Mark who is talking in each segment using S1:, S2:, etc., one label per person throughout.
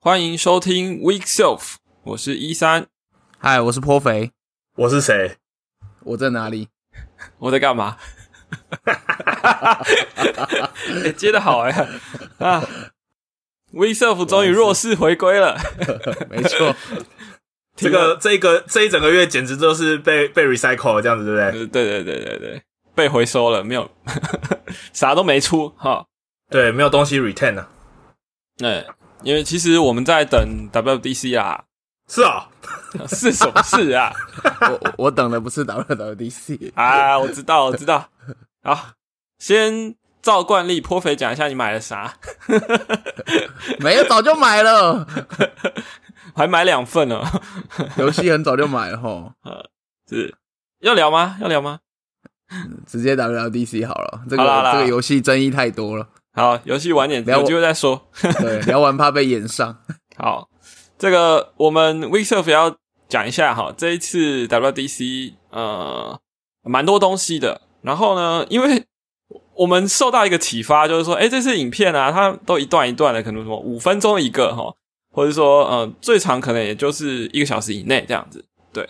S1: 欢迎收听 Week Self，我是一三，
S2: 嗨，我是颇肥，
S3: 我是谁？
S2: 我在哪里？
S1: 我在干嘛？ 欸、接的好哎、欸、啊！Week Self 终于弱势回归了，
S2: 没错。
S3: 这个这个这一整个月简直就是被被 recycle 这样子，对不对？
S1: 对对对对对，被回收了，没有 啥都没出哈。
S3: 对，没有东西 return 啊。
S1: 对、嗯，因为其实我们在等 WDC 啊。
S3: 是啊、
S1: 哦，是什么事啊？
S2: 我我等的不是 WWDC
S1: 啊，我知道我知道。好，先照惯例，颇肥讲一下你买了啥。
S2: 没有，早就买了。
S1: 还买两份呢，
S2: 游戏很早就买了吼。
S1: 呃，是要聊吗？要聊吗？
S2: 嗯、直接 WDC 好了，这
S1: 好啦好
S2: 个
S1: 啦
S2: 这个游戏争议太多了。
S1: 好，游戏晚点
S2: 聊
S1: 有机会再说。
S2: 对，聊完怕被演上。
S1: 好，这个我们 w e e s u r f 要讲一下哈，这一次 WDC 呃蛮多东西的。然后呢，因为我们受到一个启发，就是说，哎、这次影片啊，它都一段一段的，可能什么五分钟一个哈，或者说呃最长可能也就是一个小时以内这样子。对，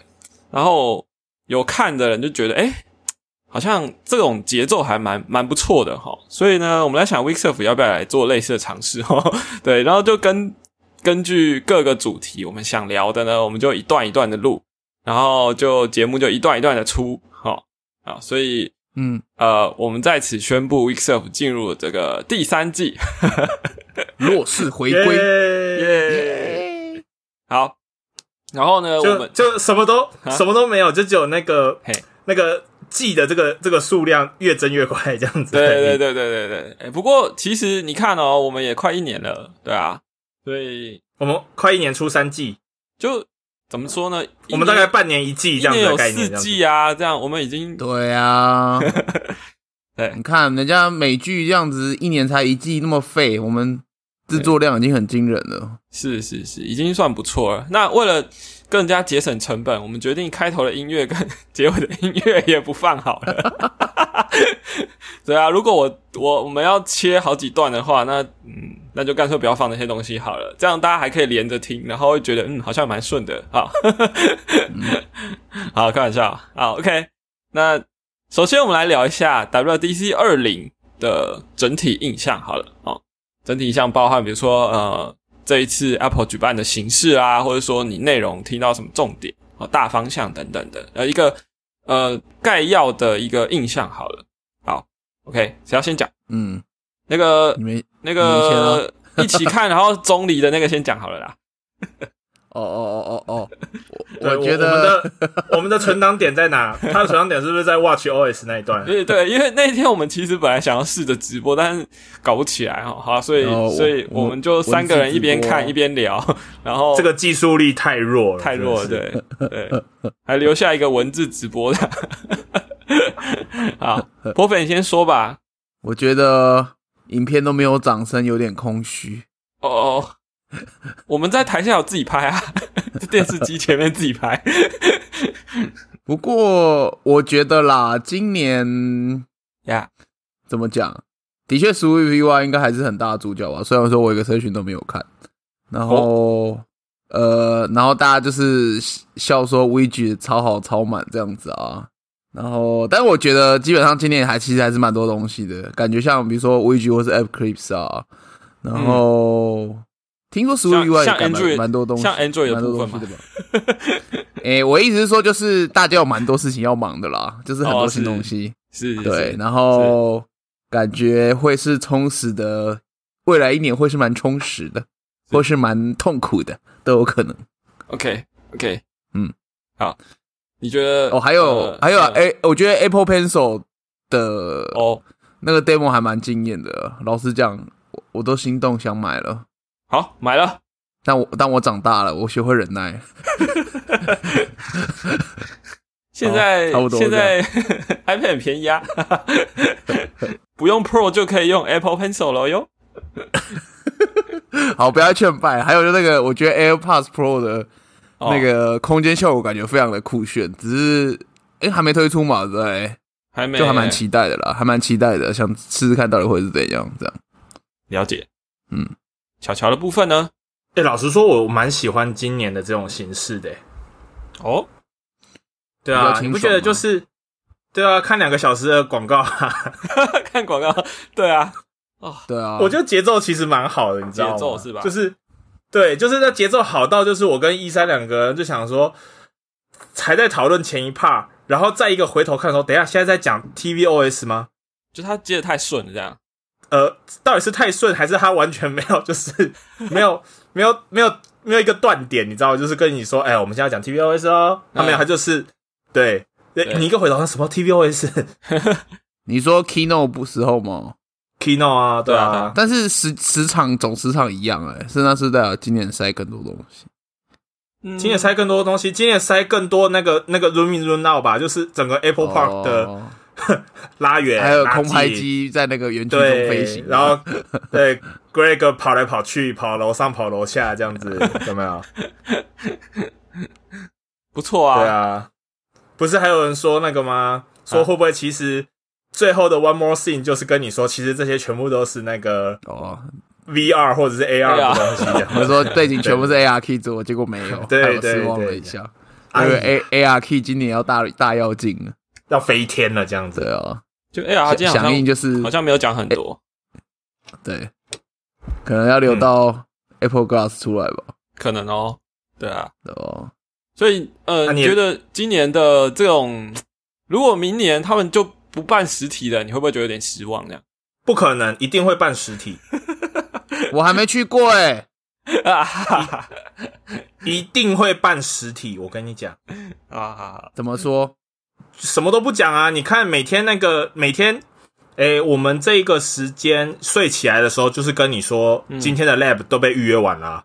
S1: 然后有看的人就觉得，哎、好像这种节奏还蛮蛮不错的哈，所以呢，我们在想 w e e k s u r f 要不要来做类似的尝试哈？对，然后就跟根据各个主题我们想聊的呢，我们就一段一段的录，然后就节目就一段一段的出，好啊，所以
S2: 嗯，
S1: 呃，我们在此宣布 w e e k s u r f 进入这个第三季，
S2: 弱势回归，
S3: 耶！
S1: 耶、好，然后呢，我
S3: 就
S1: 们
S3: 就什么都
S1: 啊
S3: 什么都没有，就只有那个
S1: 嘿
S3: 那个记的这个这个数量越增越快，这样子。
S1: 对对对对对对，哎、不过其实你看哦，我们也快一年了，对啊，所以
S3: 我们快一年出三季，
S1: 就怎么说呢？
S3: 我们大概半年一季
S1: 一
S3: 这样
S1: 年
S3: 子
S1: 有
S3: 的概念。
S1: 四
S3: 这样子
S1: 季啊，这样我们已经
S2: 对啊，
S1: 对
S2: 你看人家美剧这样子，一年才一季，那么废，我们制作量已经很惊人了。
S1: 是是是，已经算不错了。那为了更加节省成本，我们决定开头的音乐跟结尾的音乐也不放好了。 对啊，如果我我我们要切好几段的话，那嗯，那就干脆不要放那些东西好了，这样大家还可以连着听，然后会觉得嗯，好像蛮顺的。好， 好，开玩笑。好，OK。那首先我们来聊一下 WDC 二零的整体印象好了。哦，整体印象包含比如说呃这一次 Apple 举办的形式啊，或者说你内容听到什么重点啊、大方向等等的，呃，一个呃概要的一个印象好了。好，OK，谁要先讲？
S2: 嗯，
S1: 那个
S2: 你们
S1: 那
S2: 你先
S1: 个
S2: 啊
S1: 一起看，然后中离的那个先讲好了 啦。
S2: 哦哦哦哦哦，
S3: 对
S2: 我觉
S3: 我们
S2: 得
S3: 的我们的存档点在哪？ 它的存档点是不是在 Watch OS 那一段？
S1: 对对，因为那天我们其实本来想要试着直播，但是搞不起来哈，好啊，所以
S2: 然哦后我
S1: 所以我们就三个
S2: 啊
S1: 人一边看一边聊，然后
S3: 这个技术力太弱
S2: 哦
S3: 了，
S1: 太弱了，
S3: 真的
S1: 对
S3: 是
S1: 对，还留下一个文字直播的。 好，波粉你先说吧。
S2: 我觉得影片都没有掌声，有点空虚。
S1: 哦哦，哦我们在台下有自己拍啊，电视机前面自己拍。
S2: 不过我觉得啦，今年
S1: 呀，
S2: 怎么讲，的确 Swift UI 应该还是很大的主角吧。虽然说我一个社群都没有看，然后、
S1: 哦
S2: 呃，然后大家就是笑说 w i g 超好超满这样子啊。然后，但我觉得基本上今年还其实还是蛮多东西的，感觉像比如说 w i g 或是 App Clips 啊，然后、听说 Swift
S1: 像
S2: UI
S1: 嗯像
S2: 也干
S1: Android-
S2: 蛮蛮多东西，
S1: 像 Android 的
S2: 蛮多
S1: 部分
S2: 东西的吧。 诶、我意思是说，就是大家有蛮多事情要忙的啦，就是很
S1: 哦
S2: 多新
S1: 是
S2: 东西。
S1: 是，是
S2: 对，然后感觉会是充实的，未来一年会是蛮充实的，或是蛮痛苦的，都有可能。
S1: OK OK，
S2: 嗯，
S1: 好，你觉得？
S2: 哦，还有、
S1: 呃
S2: 还有啊，
S1: 呃
S2: 哎、我觉得 Apple Pencil 的
S1: 哦，
S2: 那个 demo 还蛮惊艳的，老实讲，我我都心动想买了。
S1: 好，买了。
S2: 但我但我长大了，我学会忍耐 了。
S1: 现在、
S2: 哦差不多
S1: 现在 iPad 很便宜啊，不用 Pro 就可以用 Apple Pencil 了哟。
S2: 好，不要劝败。还有就那个，我觉得 AirPods Pro 的
S1: 哦
S2: 那个空间效果感觉非常的酷炫，只是哎、还没推出嘛，对不对？
S1: 还没，
S2: 就还蛮期待的啦，还蛮期待的，想试试看到底会是怎样这样。
S1: 了解。
S2: 嗯，
S1: 巧巧的部分呢？
S3: 哎、老实说，我蛮喜欢今年的这种形式的、欸
S1: 哦，
S3: 对
S2: 比较
S3: 啊，
S2: 清
S3: 你不觉
S2: 爽
S3: 得
S2: 吗
S3: 就是对啊？看两个小时的 广告、啊，
S1: 看广告，对啊，
S2: 对啊，
S3: 我觉得节奏其实蛮好的，你知道吗？
S1: 节奏是吧
S3: 就是对，就是那节奏好到，就是我跟一三两个人就想说，才在讨论前一 part，然后再一个回头看说，等一下现在在讲 TVOS 吗？
S1: 就他接的太顺了，这样
S3: 呃，到底是太顺，还是他完全没有，就是 没有没有没有没有一个断点，你知道吗？就是跟你说，哎、我们现在讲 TVOS 哦，他没有，
S1: 嗯
S3: 他就是对。
S1: 对
S3: 你一个回头，他什么 TVOS
S2: 你说 Kino 不时候吗？
S3: Kino 啊，对
S1: 对啊
S3: 啊，
S2: 但是时时长总时长一样哎、欸，是那是代表今年塞更多东西。
S1: 嗯
S3: 今年塞更多东西，今年塞更多那个那个 Run In Run Out 吧，就是整个 Apple Park 的、
S2: 哦
S3: 拉远，
S2: 还有
S3: 拉
S2: 空拍
S3: 近，
S2: 机在那个园区中飞
S3: 对
S2: 行，，
S3: 然后对 Greg 跑来跑去，跑楼上跑楼下这样子， 有没有？
S1: 不错啊，
S3: 对啊，不是还有人说那个吗？
S2: 啊
S3: 说会不会其实最后的 One More Thing 就是跟你说，其实这些全部都是那个
S2: 哦，
S3: VR 或者是 AR
S1: 对啊
S3: 的东西这
S2: 我
S3: 样。
S2: 说背景全 部是 AR key 做，结果没有，
S3: 对
S2: 害我
S3: 对
S2: 失望了
S3: 对
S2: 一下。
S3: 哎
S2: 因为 A AR key 今年要大大要进了，
S3: 要飞天了这样子
S2: 对。啊，
S1: 就 AR 今天好
S2: 响应
S1: 像
S2: 就是
S1: 好像没有讲很多，
S2: 对，可能要留
S3: 嗯
S2: 到 Apple Glass 出来吧，
S1: 可能哦，对啊，
S2: 对哦吧？
S1: 所以呃，
S3: 那你
S1: 你觉得今年的这种，如果明年他们就不办实体了，你会不会觉得有点失望？这样
S3: 不可能，一定会办实体，
S2: 我还没去过哎、
S1: 啊哈哈
S3: 一定会办实体。我跟你讲，
S1: 啊，
S2: 怎么
S3: 嗯
S2: 说？
S3: 什么都不讲啊！你看每天那个每天，诶、我们这个时间睡起来的时候，就是跟你说、
S1: 嗯
S3: 今天的 lab 都被预约完了。啊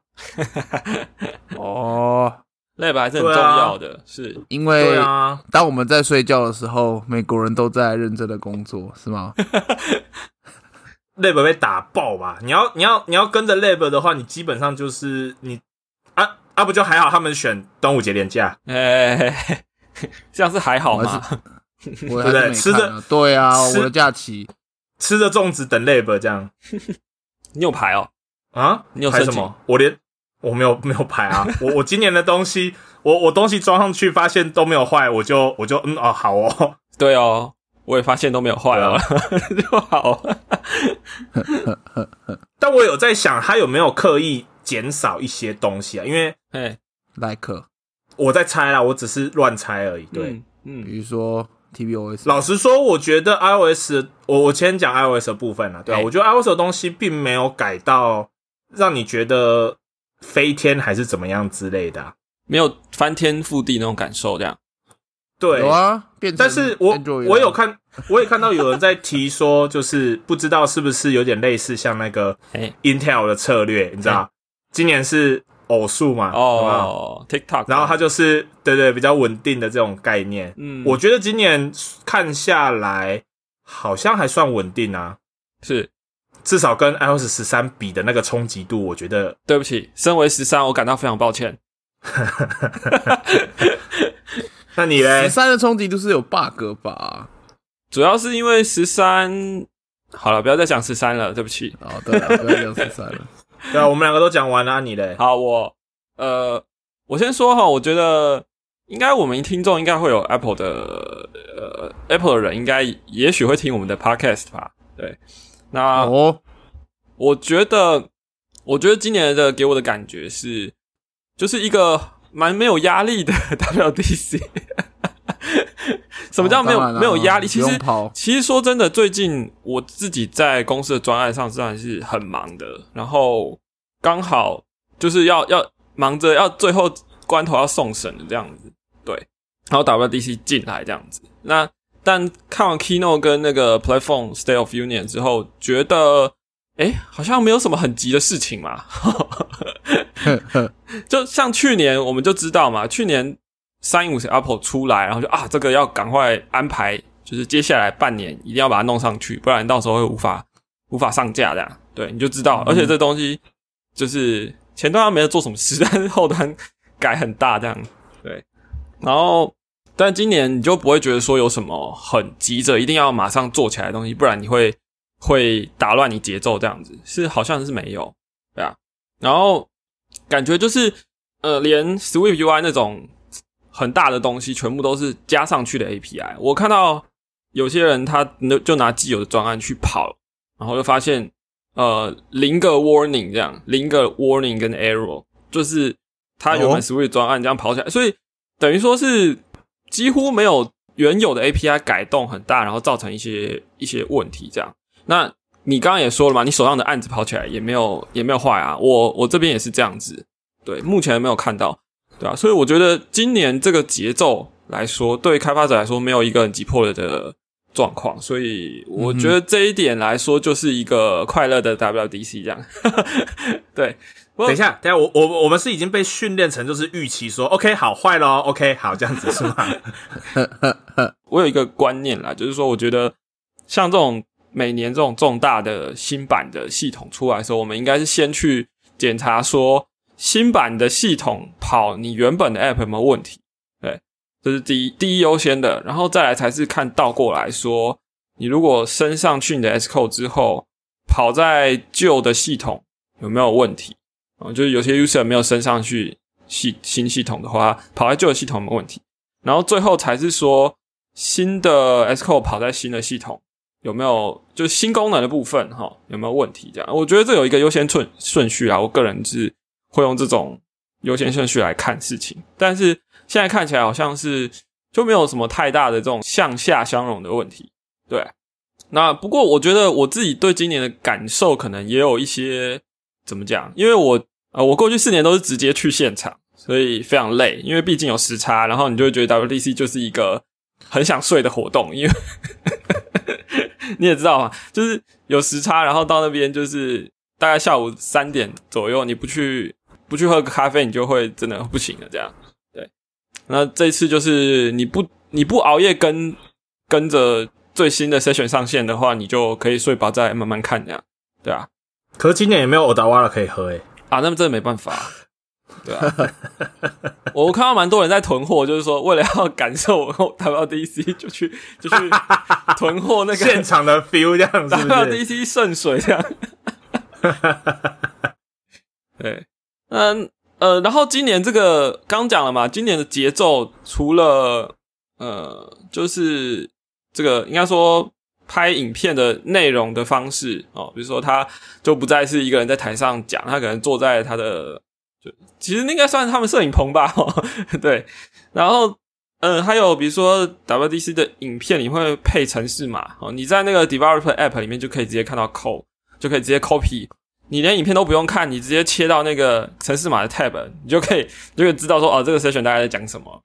S2: 哦，
S1: l a b 还是很
S3: 对
S1: 重
S3: 啊
S1: 要的，是
S2: 因为
S3: 对啊，
S2: 当我们在睡觉的时候，美国人都在认真的工作，是吗？
S3: lab 被打爆吧？你要你要你要跟着 lab 的话，你基本上就是你啊啊不就还好，他们选端午节连假，
S1: 哎、嘿嘿嘿这样是还好
S2: 我还
S1: 吗？
S2: 我还是没看、啊、
S3: 吃的
S2: 对啊，
S3: 吃
S2: 我的假期
S3: 吃着粽子等 lab 这样
S1: 你有牌哦，
S3: 啊？
S1: 你有
S3: 排
S1: 申
S3: 什
S1: 请
S3: 么？我连我没有没有排 啊，我我今年的东西。我我东西装上去，发现都没有坏，我就我就嗯哦好哦，
S1: 对哦，我也发现都没有坏哦，
S2: 啊
S1: 就好。
S3: 但我有在想，他有没有刻意减少一些东西啊？因为
S1: 哎，
S2: like，
S3: 我在猜啦，我只是乱猜而已。对，
S1: 嗯嗯，
S2: 比如说 TVOS，
S3: 老实说，我觉得 iOS，我我先讲 iOS 的部分啦。对啊，
S1: 哎
S3: 我觉得 iOS 的东西并没有改到让你觉得飞天还是怎么样之类的啊、
S1: 没有翻天覆地那种感受，这样
S3: 对
S2: 有啊，变成
S3: 但是我
S2: Android 啊
S3: 我有看，我也看到有人在提说，就是不知道是不是有点类似像那个
S1: 哎
S3: Intel 的策略，你知道，
S2: 嗯
S3: 今年是偶数嘛，好不好
S1: 哦，TikTok，
S3: 然后它就是对对比较稳定的这种概念。
S1: 嗯，
S3: 我觉得今年看下来好像还算稳定啊，
S1: 是
S3: 至少跟 iOS 十三比的那个冲击度，我觉得
S1: 对不起，身为十三，我感到非常抱歉。
S3: 那你嘞
S2: 十？三的冲击度是有 bug 吧？
S1: 主要是因为十三，好了，不要再讲十三了，对不起。
S2: 哦，对 了，不要讲十三了。
S3: 对啊，我们两个都讲完了，啊、你嘞？
S1: 好，我呃，我先说哈，我觉得应该我们听众应该会有 Apple 的呃 Apple 的人，应该也许会听我们的 Podcast 吧？对，
S3: 啊
S1: 那
S2: 哦，
S1: 我觉得，我觉得今年的给我的感觉是，就是一个蛮没有压力的 WDC。什么叫没有、
S2: 哦当然啊
S1: 没有压力？其
S2: 不
S1: 实
S2: 用跑
S1: 其实说真的，最近我自己在公司的专案上算是很忙的，然后刚好就是要要忙着要最后关头要送审的这样子，对，然后 WDC 进来这样子。那但看完 Keynote 跟那个 Platform State of Union 之后，觉得哎、诶好像没有什么很急的事情嘛。 就像去年我们就知道嘛，去年三五十 Apple 出来，然后就啊，这个要赶快安排，就是接下来半年一定要把它弄上去，不然到时候会无法无法上架的、啊。对，你就知道，而且这东西就是前端它没有做什么事，但是后端改很大这样。对，然后但今年你就不会觉得说有什么很急着一定要马上做起来的东西，不然你会会打乱你节奏这样子，是好像是没有，对啊。然后感觉就是呃，连 Swift UI 那种很大的东西，全部都是加上去的 API。我看到有些人他那就拿既有的专案去跑，然后就发现呃零个 warning 这样，零个 warning 跟 error，就是他原
S2: 哦
S1: 本 Swift 专案这样跑起来，所以等于说是几乎没有原有的 API 改动很大，然后造成一些一些问题这样。那你刚刚也说了嘛，你手上的案子跑起来也没有也没有坏啊，我我这边也是这样子，对，目前没有看到，对啊，所以我觉得今年这个节奏来说，对于开发者来说没有一个很急迫的状况，所以我觉得这一点来说就是一个快乐的 WDC 这样，对，
S3: 等一下，等一下，我我我们是已经被训练成就是预期说，OK，好坏咯 o k 好这样子是吗？
S1: 我有一个观念啦，就是说，我觉得像这种每年这种重大的新版的系统出来的时候，我们应该是先去检查说新版的系统跑你原本的 app 有没有问题，对，这是第一第一优先的，然后再来才是看倒过来说，你如果升上去你的 S code 之后，跑在旧的系统有没有问题啊？就是有些 user 没有升上去系新系统的话，跑在旧的系统有没有问题？然后最后才是说新的 S code 跑在新的系统有没有就是新功能的部分哈有没有问题？这样我觉得这有一个优先顺顺序啊，我个人是会用这种优先顺序来看事情，但是现在看起来好像是就没有什么太大的这种向下相容的问题，对。那不过我觉得我自己对今年的感受可能也有一些怎么讲，因为我呃我过去四年都是直接去现场，所以非常累，因为毕竟有时差，然后你就会觉得 WDC 就是一个很想睡的活动，因为 你也知道嘛，就是有时差，然后到那边就是大概下午三点左右，你不去不去喝个咖啡，你就会真的不行了。这样，对。那这次就是你不你不熬夜跟跟着最新的 session 上线的话，你就可以睡饱再慢慢看这样，对啊。
S3: 可是今年也没有 Odawa 可以喝欸诶、
S1: 啊，那么真的没办法，对啊。我看到蛮多人在囤货，就是说为了要感受 WDC，就去就去囤货那
S3: 现
S1: 个
S3: 场的 feel 这样 是不是？
S1: WDC 圣水这样。 对，嗯呃，然后今年这个刚讲了嘛，今年的节奏除了呃，就是这个应该说拍影片的内容的方式哦，比如说他就不再是一个人在台上讲，他可能坐在他的就其实那应该算是他们摄影棚吧，哦、 对，然后。嗯，还有比如说 WDC 的影片，你会配程式码哦，你在那个 developer app 里面就可以直接看到 code，就可以直接 copy 你连影片都不用看，你直接切到那个城市码的 tab，你就可以你就可以知道说哦，这个 session 大概在讲什么，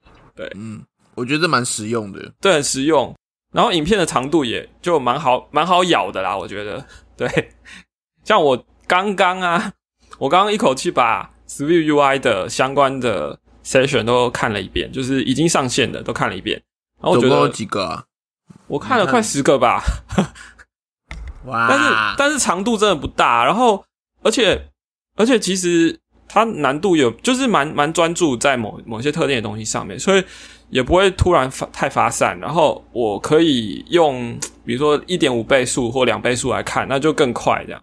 S2: 嗯，我觉得这蛮实用的。
S1: 对，很实用。然后影片的长度也就蛮好，蛮好咬的啦，我觉得。对，像我刚刚啊，我刚刚一口气把 Swift UI 的相关的 session 都看了一遍，就是已经上线的都看了一遍。然后我
S3: 哦
S2: 总
S1: 觉
S2: 共有
S1: 得
S2: 几个啊？
S1: 我看了快十个吧，
S3: 啊
S1: 但是、
S2: 哇！
S1: 但是长度真的不大，然后而且而且其实它难度有就是蛮蛮专注在某某些特定的东西上面，所以也不会突然发太发散。然后我可以用比如说一点五倍速或两倍速来看，那就更快这样。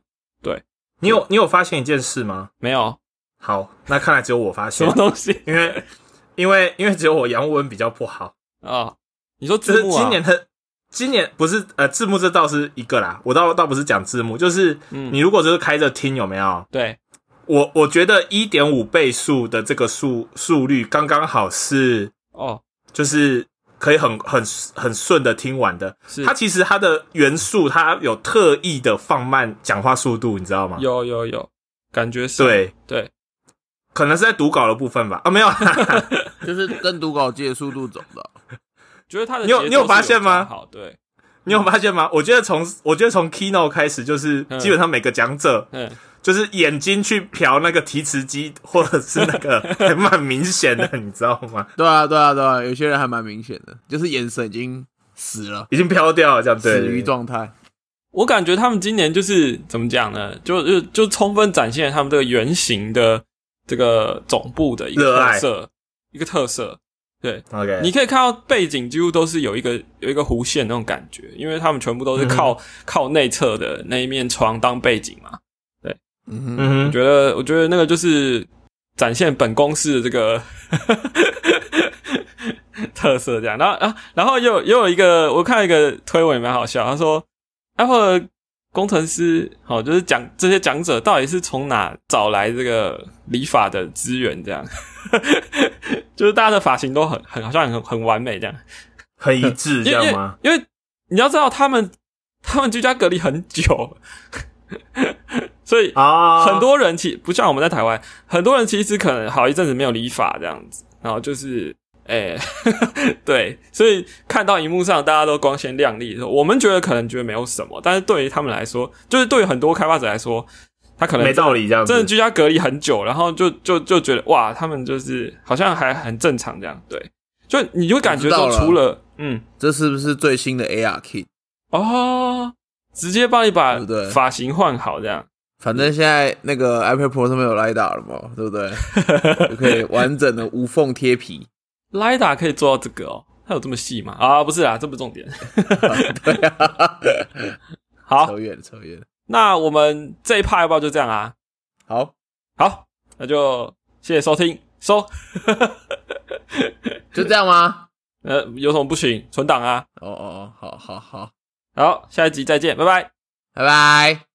S3: 你有你有发现一件事吗？
S1: 没 有
S3: 好，那看来只有我发
S1: 什
S3: 现
S1: 么，东西
S3: 因为因为因为只有我洋文比较不好。
S1: 啊、你说
S3: 就
S1: 字
S3: 是
S1: 幕啊？
S3: 今年的今年不是呃字幕这倒是一个啦，我倒倒不是讲字幕，就是
S1: 嗯
S3: 你如果就是开着听有没有？
S1: 对
S3: 我我觉得一点五倍速的这个速速率刚刚好是
S1: 哦，
S3: 就是可以很很很顺的听完的。
S1: 是
S3: 它其实它的元素它有特意的放慢讲话速度，你知道吗？
S1: 有有有，感觉是
S3: 对，
S1: 对
S3: 可能是在读稿的部分吧。啊，没有啦，
S2: 就是跟读稿机的速度走的。
S1: 觉得他的
S3: 你有
S1: 节奏
S3: 你有发
S1: 是
S3: 现吗
S1: 抓好，对，
S3: 你有发现吗？我觉得从我觉得从 keynote 开始，就是
S1: 嗯
S3: 基本上每个讲者
S1: 嗯，
S3: 就是眼睛去瞟那个提词机，或者是那个还蛮明显的，你知道吗？
S2: 对啊，对啊，对啊，有些人还蛮明显的，就是眼神已经死了，
S3: 已经飘掉了，这样对
S2: 死鱼状态。
S1: 我感觉他们今年就是怎么讲呢？就就就充分展现了他们这个原型的这个总部的一个
S3: 热爱
S1: 特色，一个特色。
S3: OK，
S1: 你可以看到背景几乎都是有一个有一个弧线那种感觉，因为他们全部都是
S3: 嗯
S1: 靠、靠内侧的那一面窗当背景嘛。
S2: 嗯哼，
S3: 嗯
S1: 我
S3: 哼，
S1: 觉得，我觉得那个就是展现本公司的这个 特色，这样。然后啊，然后又又有一个，我看到一个推文也蛮好笑，他说 Apple 的工程师，好、就是讲这些讲者到底是从哪找来这个理发的资源，这样， 就是大家的发型都很很好像很很完美这样。
S3: 很一致这
S1: 因为
S3: 样
S1: 因为
S3: 吗？
S1: 因为你要知道，他们他们居家隔离很久， 所以
S3: 啊，
S1: 很多人其不像我们在台湾，很多人其实可能好一阵子没有理发这样子，然后就是哎、 对，所以看到荧幕上大家都光鲜亮丽，我们觉得可能觉得没有什么，但是对于他们来说，就是对于很多开发者来说，他可能
S3: 啊没道理这样子，
S1: 真的居家隔离很久，然后就就就觉得哇，他们就是好像还很正常这样，对，就你就感觉
S2: 我
S1: 到
S2: 知道了
S1: 除了嗯。
S2: 这是不是最新的 AR Kit？
S1: 哦，直接帮你把
S2: 对不对
S1: 发型换好，这样
S2: 反正现在那个 iPad Pro 上面有 LiDAR 了嘛，对不对？就可以完整的无缝贴皮。
S1: ，LiDAR 可以做到这个哦，它有这么细吗？啊，不是啦，这不是重点。
S2: 对啊，
S1: 好
S2: 扯，远了，扯远了。
S1: 那我们这一趴要不要就这样啊？
S2: 好，
S1: 好，那就谢谢收听，收。
S2: 就这样吗？
S1: 呃，有什么不行？存档啊。
S2: 哦哦哦，好好好，
S1: 好，下一集再见，拜拜。
S2: 拜拜。